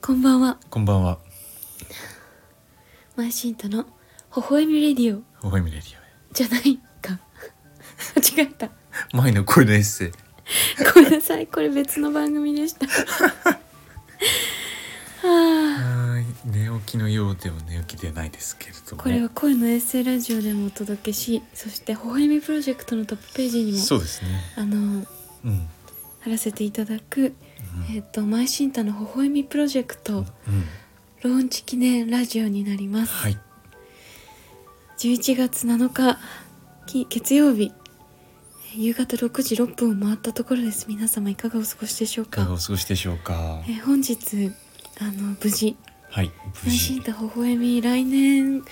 こんばんは、こんばんは。マイシントの微笑みレディオ微笑みレディじゃないか。 間違えた。オへ。前の声のエッセイ。ごめんなさい、これ別の番組でした。はあ、はーい。寝起きのようでも寝起きではないですけれども。これは声のエッセイラジオでもお届けし、そして微笑みプロジェクトのトップページにもそうですね。あのうん。うん貼らせていただく、えっ、とマイシントの微笑みプロジェクトうん。ローンチ記念ラジオになります。はい。 11月7日き月曜日えー夕方6時6分を回ったところです皆様いかがお過ごしでしょういかがおか、過ごしでしょうかえ。ー本日あの無事はい。無内心事と。微笑み来年、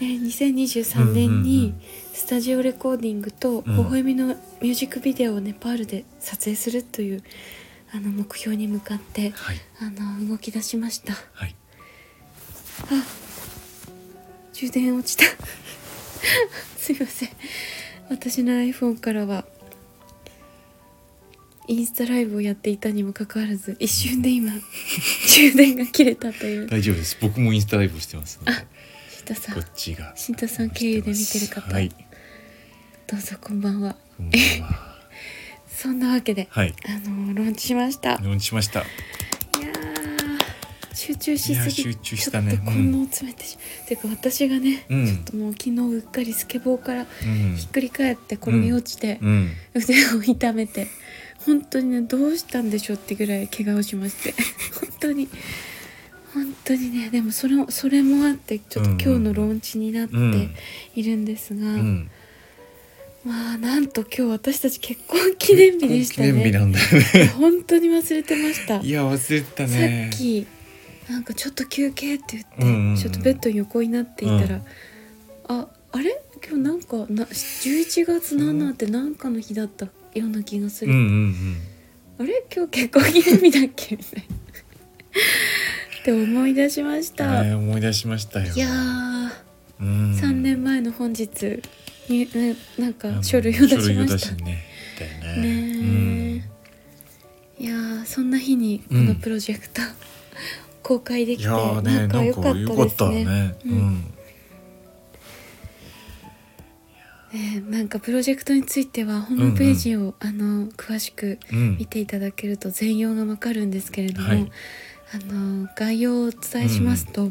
えー2023年うんにうんうんスタジオレコーディングとうん微笑みのミュージックビデオをネパールで撮影するというあの目標に向かってはい。あの動き出しましたはい。充電落ちた すいません私の iPhone からはインスタライブをやっていたにもかかわらず一瞬で 今充電が切れたという大丈夫です。僕もインスタライブをしてますので。シンタさんこどっちが。慎太さん経由で見てる方はい。うぞこんばんはこんばんは。そんなわけで、はい。あのローンチしましたい寝落ちしました。やー集中しすぎいや集中したねちょっとうん根を詰めてしまう、ていうか私がね、うんちょっともう昨日うっかりスケボーからうんひ。っくり返って転げ落ちて、うん。腕を痛めて本当にねどうしたんでしょうってぐらい怪我をしまして 本当に本当にねでもそれもそれもあってちょっとうんうん今日のローンチになってうんいるんですが、うん。まあなんと今日私たち結婚記念日でしたね記念日なんだよ ね。本当に忘れてました、いや、忘れてたさね。っ。きなんかちょっと休憩って言って、うんうんうんちょっとベッドに横になっていたら、うんああれ今日なんかな11月7ってなんかの日だったような気がすうんる、うんうあん。れ今日結婚記念日だっけみたいな。 って思い出しました。えー思い出しましたよ。いやー、うん、 3年前の本日に、ね、なんか書類を出しました。書類を出しね。だよねね。えうんいやー、そんな日にこうのんプロジェクト、 公開できいて、やーなね、んかなん良かかっ良たかでっすたね。ね。ううんん。ねなんかプロジェクトについてはホームページを、あの詳しくうん見。ていただけると全容がわかるんですけれども、はいあの概要をお伝えしますと、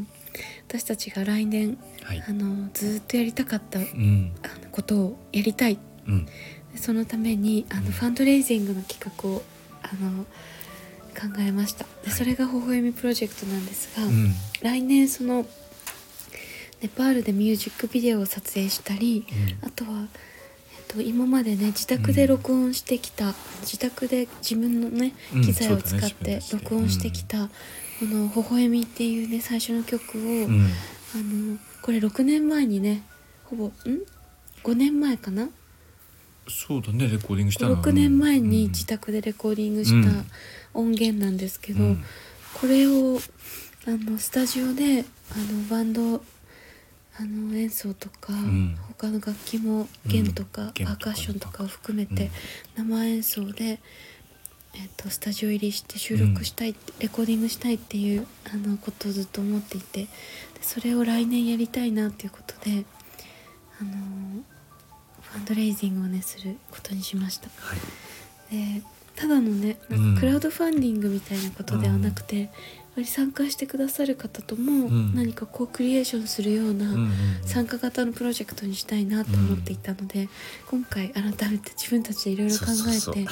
私たちが来年はいあ。のずっとやりたかったあうん。のことをやりたいうん。そのためにあのファンドレイジングの企画をあの考えましたではいそれが「微笑みプロジェクト」なんですが、うん。来年そのネパールでミュージックビデオを撮影したりあとは、えっと、今までね自宅で録音してきた、自宅で自分のねうん機材を使そうだねっ自分てたちで録音してきた「この微笑み」っていうね最初の曲を、うん。うん。あのこれ6年前にねほぼん5年前かなそうだね、レコーディングしたの。 6年前に自宅でレコーディングしたうん音源なんですけうど、ん。これをあのスタジオであのバンドあの演奏とか、ん他の楽器も弦とか、弦とかねパーカッションとかを含めて生演奏で、えっとスタジオ入りして収録したい、レコーディングしたいっていうあのことをずっと思っていてでそれを来年やりたいなっていうことであのファンドレイジングをねすることにしました。はい。でただのねなうんんかクラウドファンディングみたいなことではなくて、やっぱり参加してくださる方ともうん何かこうクリエーションするよううんうんなうん参加型のプロジェクトにしたいなと思っていたので、今回改めて自分たちでいろいろ考えてそうそうそう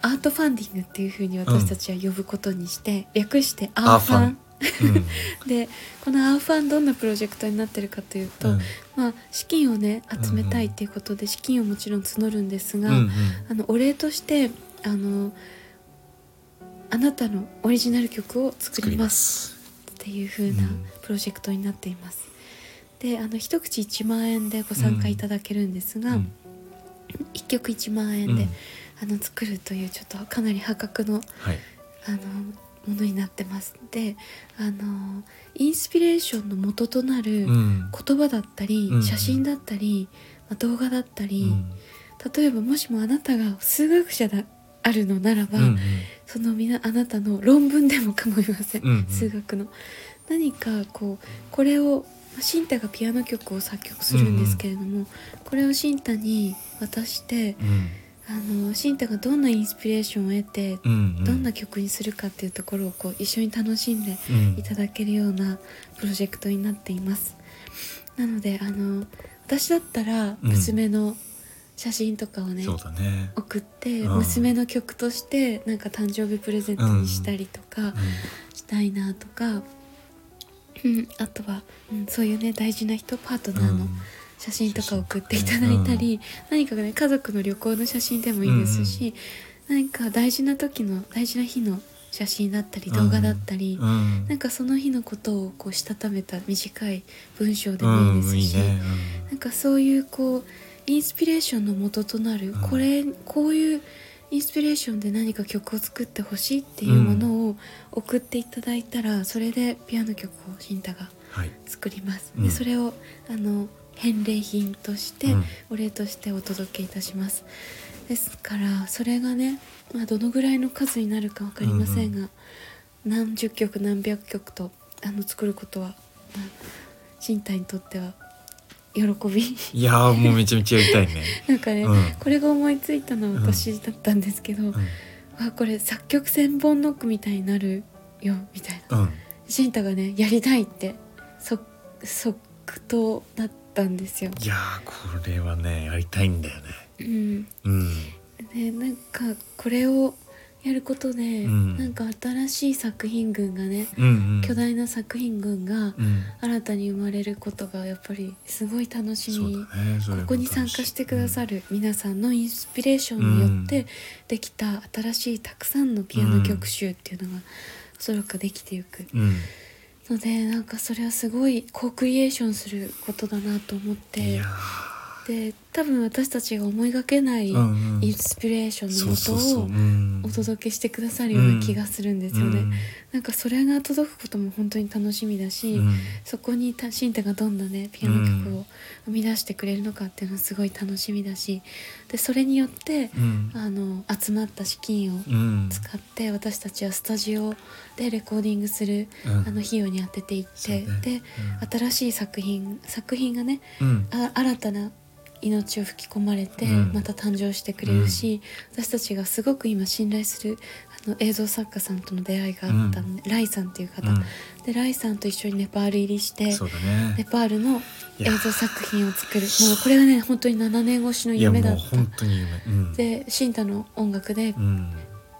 アートファンディングっていうふうに私たちは呼ぶことにして、略してアーアーフファンァンうん。でこのアーファンどんなプロジェクトになってるかというと、うんまあ、資金をね集めたいっていうことで資金をもちろん募るんですが。うんうん。あのお礼としてあのあなたのオリジナル曲を作作りりまますっす。ていう風なうんプロジェクトになっています。であの一口1万円でご参加いただけるんですうが、ん。一曲1万円で、あの作るというちょっとかなり破格のはい。あのものになってます。であのインスピレーションの元となるうん。言葉だったり、うん写真だったり、まあ動画だったり、うん例えばもしもあなたが数学者であるのならば、うんうんそそのみなあなたの論文でも構いません、うんうん数学の何かこうこれをまあシンタがピアノ曲を作曲するんですけれども、これをシンタに渡してうんあのシンタがどんなインスピレーションを得て、うんうんどんな曲にするかっていうところをこう一緒に楽しんでうんいただけるようなプロジェクトになっていますなのであの私だったらうん娘の写真とかをね、そうだね、送ってうん娘の曲としてなんか誕生日プレゼントにしたりとかしたいなとか、うん、あとは、うん、そういうね大事な人パートうナんーの写真とか送っていただいたり、何かね家族の旅行の写真でもいいですし、何か大事な時の大事な日の写真だったり動画だったり、うんなんかその日のことをこうしたためた短い文章でうもいいんですし、いいねなんかそういうこうインスピレーションの元となる、うんこれこういうインスピレーションで何か曲を作ってほしいっていうものを送っていただいたら、それでピアノ曲をシンタがうんはい作ります、うんでそれをあの返礼品として、うんお礼としてお届けいたしますですからそれがね、まあ、どのぐらいの数になるか分かりませんが、何十曲何百曲とあの作ることは、まあ、新太にとっては喜び いやーもうめちゃめちゃやりたいね、なんかね、うんこれが思いついたのは私だったんですけど、わこれ作曲千本ノックみたいになるよみたいなうんうん、新太がねやりたいって即即答だったんですよ。いやーこれはねやりたいんだよねうんうんでなんかこれをやることで、うんなんか新しい作品群がね、うんうん巨大な作品群がうん新たに生まれることがやっぱりすごい楽しそうみ、だねそこれこに参加してくださるる皆さんのインスピレーションによっうてんできた新しいたくさんのピアノ曲集っていうのがおそらくできていくうん、のでなんかそれはすごいコークリエーションすることだなと思っいてやで多分私たちが思いがけないーイうンんうんスピレーションのそうもそうそうとをうんお届けしてくださるような気がするんですよね。うんなんかそれが届くことも本当に楽しみだし、うんそこにたシンタがどんなねピアノ曲を生み出してくれるのかっていうのはすごい楽しみだしでそれによってうんあの集まった資金をうん使って私たちはスタジオでレコーディングするうんあの費用に当てていっそうて、ねでうん新しい作品作品がねうんあ新たな命を吹き込まれてうんまた誕生してくれるし、私たちがすごく今信頼するあの映像作家さんとの出会いがあったので、ライさんっていう方、うんでライさんと一緒にネパール入りしてそうだネねパールのい映や像作品を作るもうこれがね本当に7年越しのいや夢だもうった本。当に夢うんでシンタの音楽でうん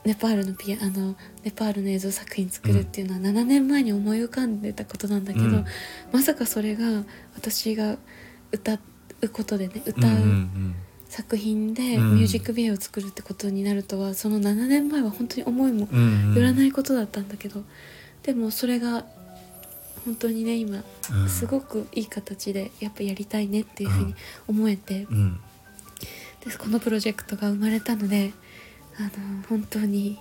ネパールのピアあのネパールの映像作品作るっていうのは7年前に思い浮かんでたことなんだけど、うんまさかそれが私が歌うことでねうん歌ううんううん作品でうんミュージックビデオを作るってことになるとは、その7年前は本当に思いもうんうんよらないことだったんだけど、でもそれが本当にね今うんすごくいい形でやっぱやりたいねっていうふうに思えて、うんでこのプロジェクトが生まれたのであの本当に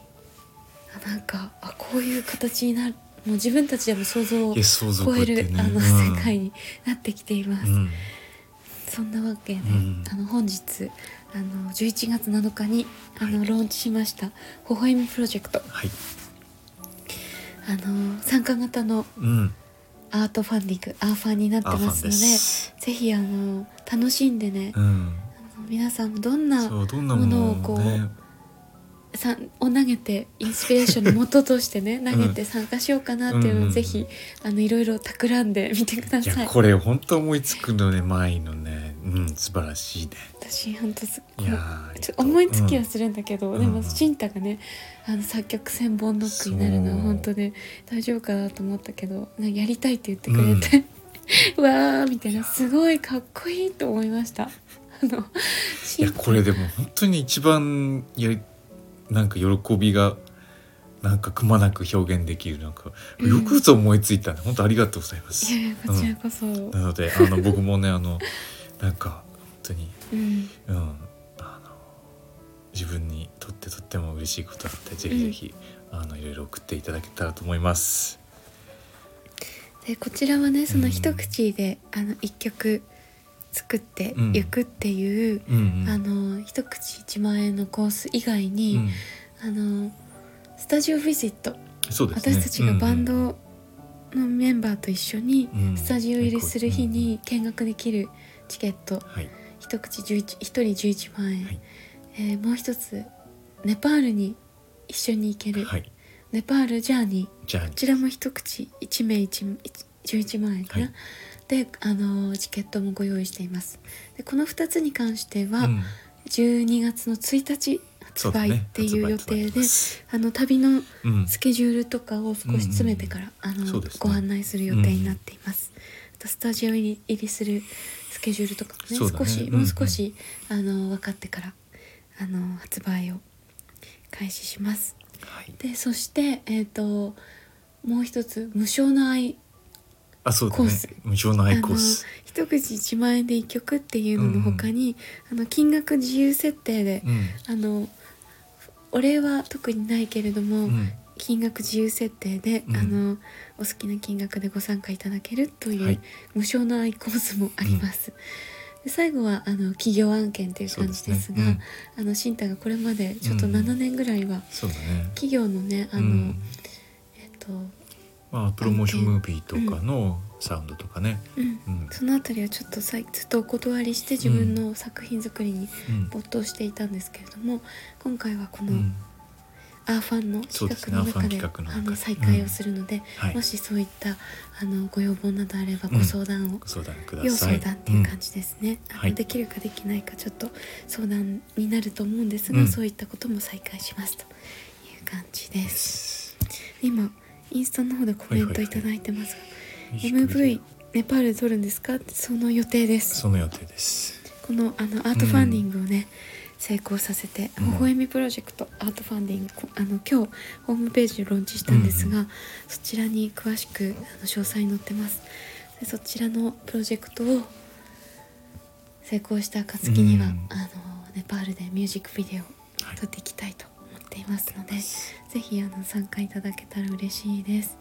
あなんかあこういう形になるもう自分たちでも想像をいや想像を超える、ねあのうん世界になってきています。うんそんなわけで、うんあの本日あの11月7日にあの、はいローンチしました「微笑みプロジェクトはい」あの参加型のうんアートファンディングアーファンになってアーフまァンすのでですぜひあの楽しんでね、うんあの皆さんもどんなそうどんなものをものをこうねさを投げてインスピレーションの元としてね投げて参加しようかなっていうのうをんぜひあのいろいろ企んでみてくだいさやい。これ本当思いつくのね前のねうん素晴らしいね私本当すいやーちょ思いつきはするんだけど、うんでうもん新太がねあの作曲千本ノックになるのはそう本当ね大丈夫かなと思ったけどなんかやりたいって言ってくれて、 わーみたいなすごいかっこいいと思いました。あのい新やこれでも本当に一番やりなんか喜びがなんかくまなく表現できるなんかうんよくぞ思いついたね、本当ありがとうございますいやいやこちらこそ、うんなのであの僕もねあのなんか本当にうんあの自分にとってとっても嬉しいことなのでぜひぜひ、あのいろいろ送っていただけたらと思いますでこちらはねその一口で、あの一曲作っていくっていう、うんうんあの一口1万円のコース以外に、うんあのスタジオビジット、そうですね私たちがバンドのメンバーと一緒にうんスタジオ入りする日に見学できるチケットはい一口11一人11万円、はいえーもう一つネパールに一緒に行ける、はいネパールジャーニーこじゃあちらも一口1名1 11万円かな、はいで、あのーチケットもご用意していますでこの2つに関しては、うん12月の1日発そうです売ねっていう予定発売となでりますあの旅のうんスケジュールとかを少し詰めてから、んあその、うですねご案内する予定になっています。あとスタジオ入り入りするスケジュールとかもそねうだね少し、うんうんもう少しあの分かってからあの発売を開始します。はいでそして、えー、ともう一つ無償の愛あそうだコーねス無償のあアイのコース一口1万円で1曲っていうののほかに、あの金額自由設定で、うんあのお礼は特にないけれども、うん金額自由設定で、うんあのお好きな金額でご参加いただけるという、はい無償のアイコースもあります。で最後はあの企業案件という感じですそうがですねあの新太がこれまでちょっとうん7年ぐらいはそうだね企業のねあの、うんえっと、まあプロモーションムービーとかのサウンドとかねうんうんそのあたりはちょっとさいずっとお断りして自分の作品作りにうん没頭していたんですけれども今回はこうのんアーファンのそう企です画の中で,、ねアーファン企画のあ中での再開をするので、はいもしそういったあのご要望などあればうんご相談を、ご相談くだ要さい相談っていう感じですね、あのはいできるかできないかちょっと相談になると思うんですが、うんそういったことも再開しますという感じでうんですす今インスタの方でコメントいただいてますが、いい曲です MV ネパールで撮るんですかってその予定ですその予定ですこのあのアートファンディングをね、成功させて「う微ん笑みプロジェクトアートファンディング」こあの今日ホームページでローンチしたんですが、うそちらに詳しくあの詳細載ってますでそちらのプロジェクトを成功した暁には、うんあのネパールでミュージックビデオをはい撮っていきたいと思っていますので、ですぜひあの参加いただけたら嬉しいです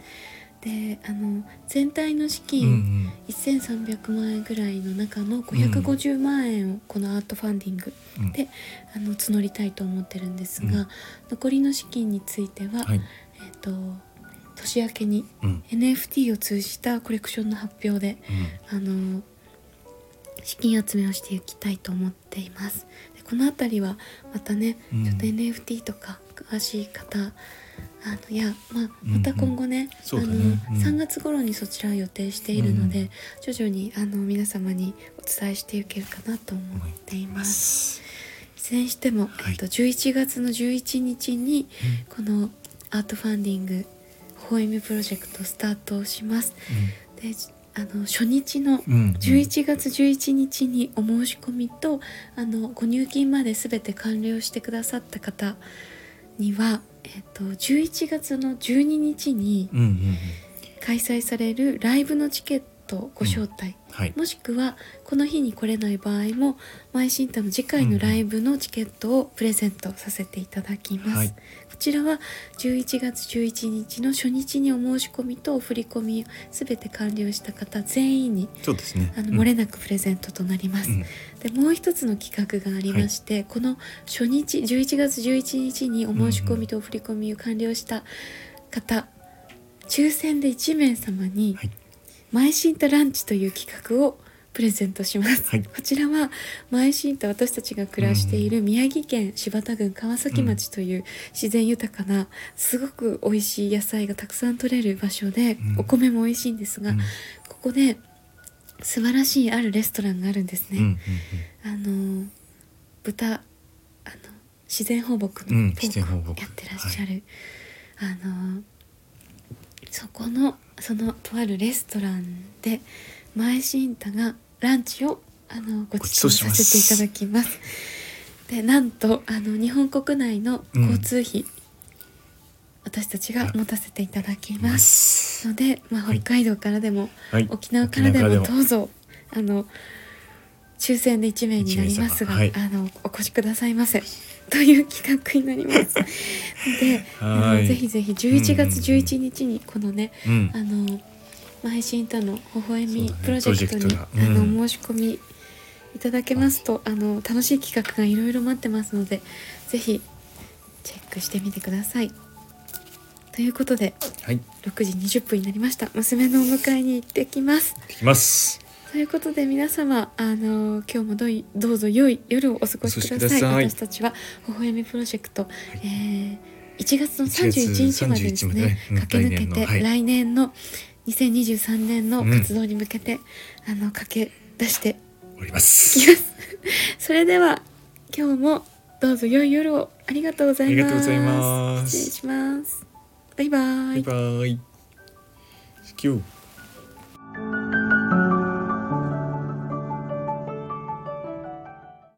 であの全体の資うん金、1300万円ぐらいの中の550万円をこのアートファンディングうんうんで、あの募りたいと思ってるんですが、うん残りの資金については、はえっいと年明けにうん NFT を通じたコレクションの発表でうんあの資金集めをしていきたいと思っています。でこの辺りはまたね、うんちょっと NFT とか詳しい方あのや、まあ、うんまた今後ね,、そうだねあのうん3月頃にそちらを予定しているので、徐々にあの皆様にお伝えしていけるかなと思っています。いずれにしても、はいえっと、11月の11日にこのアートファンディング「微笑みプロジェクト」スタートをします。であの初日のうんうん11月11日にお申し込みとあのご入金まで全て完了してくださった方には、えっと11月の12日にうんうんうん開催されるライブのチケットご招待、はいもしくはこの日に来れない場合も「マイシンタ」の次回のライブのチケットをプレゼントさせていただきます、はいこちらは11月11日の初日にお申し込みとお振り込み全て完了した方全員にそうですねあのうん漏れなくプレゼントとなります。うんでもう一つの企画がありまして、この初日11月11日にお申し込みとお振り込みを完了した方、抽選で1名様にはい「マイシンタランチ」という企画をプレゼントします、はいこちらはマイシンタ私たちが暮らしている宮城県柴田郡川崎町という自然豊かなすごく美味しい野菜がたくさん取れる場所で、うんお米も美味しいんですが、うんここで素晴らしいあるレストランがあるんですね、うんあの豚あの自然放牧うのんポ自然放ーク牧やってらっしゃる、あのそこのそのとあるレストランで前新太がランチをあのごごちちそそううさしますせていただきます。でなんとあの日本国内の交通費、私たちが持たせていただきうんます。ので、まあ、はい北海道からでも、はい沖縄からでも沖縄どうぞあの抽選で1名になりますが、一名様はいあのお越しくださいませという企画になり ます。で、あはのいぜひぜひ11月11日にこのね、うんあのマイシンタの微笑みそうだねプロジェクトプロに、ジェクトがうんあの申し込みいただけますと、あの楽しい企画がいろいろ待ってますので、ぜひチェックしてみてください。ということではい行6時20分になりました娘のお迎えに行ってきますってきますということで皆様あの今日もどういどうぞ良い夜をお過ごしくださいお過ごしください私たちは微笑みプロジェクト、えー1月の1 31日月までです31ねまで駆ねけ抜けて、うん来年の2023年の活動に向けて、あの駆け出して終わり まいすきます。それでは今日もどうぞ良い夜をありがとうございます。ありがとうございます失礼します。バイバイ。バイバイ Thank you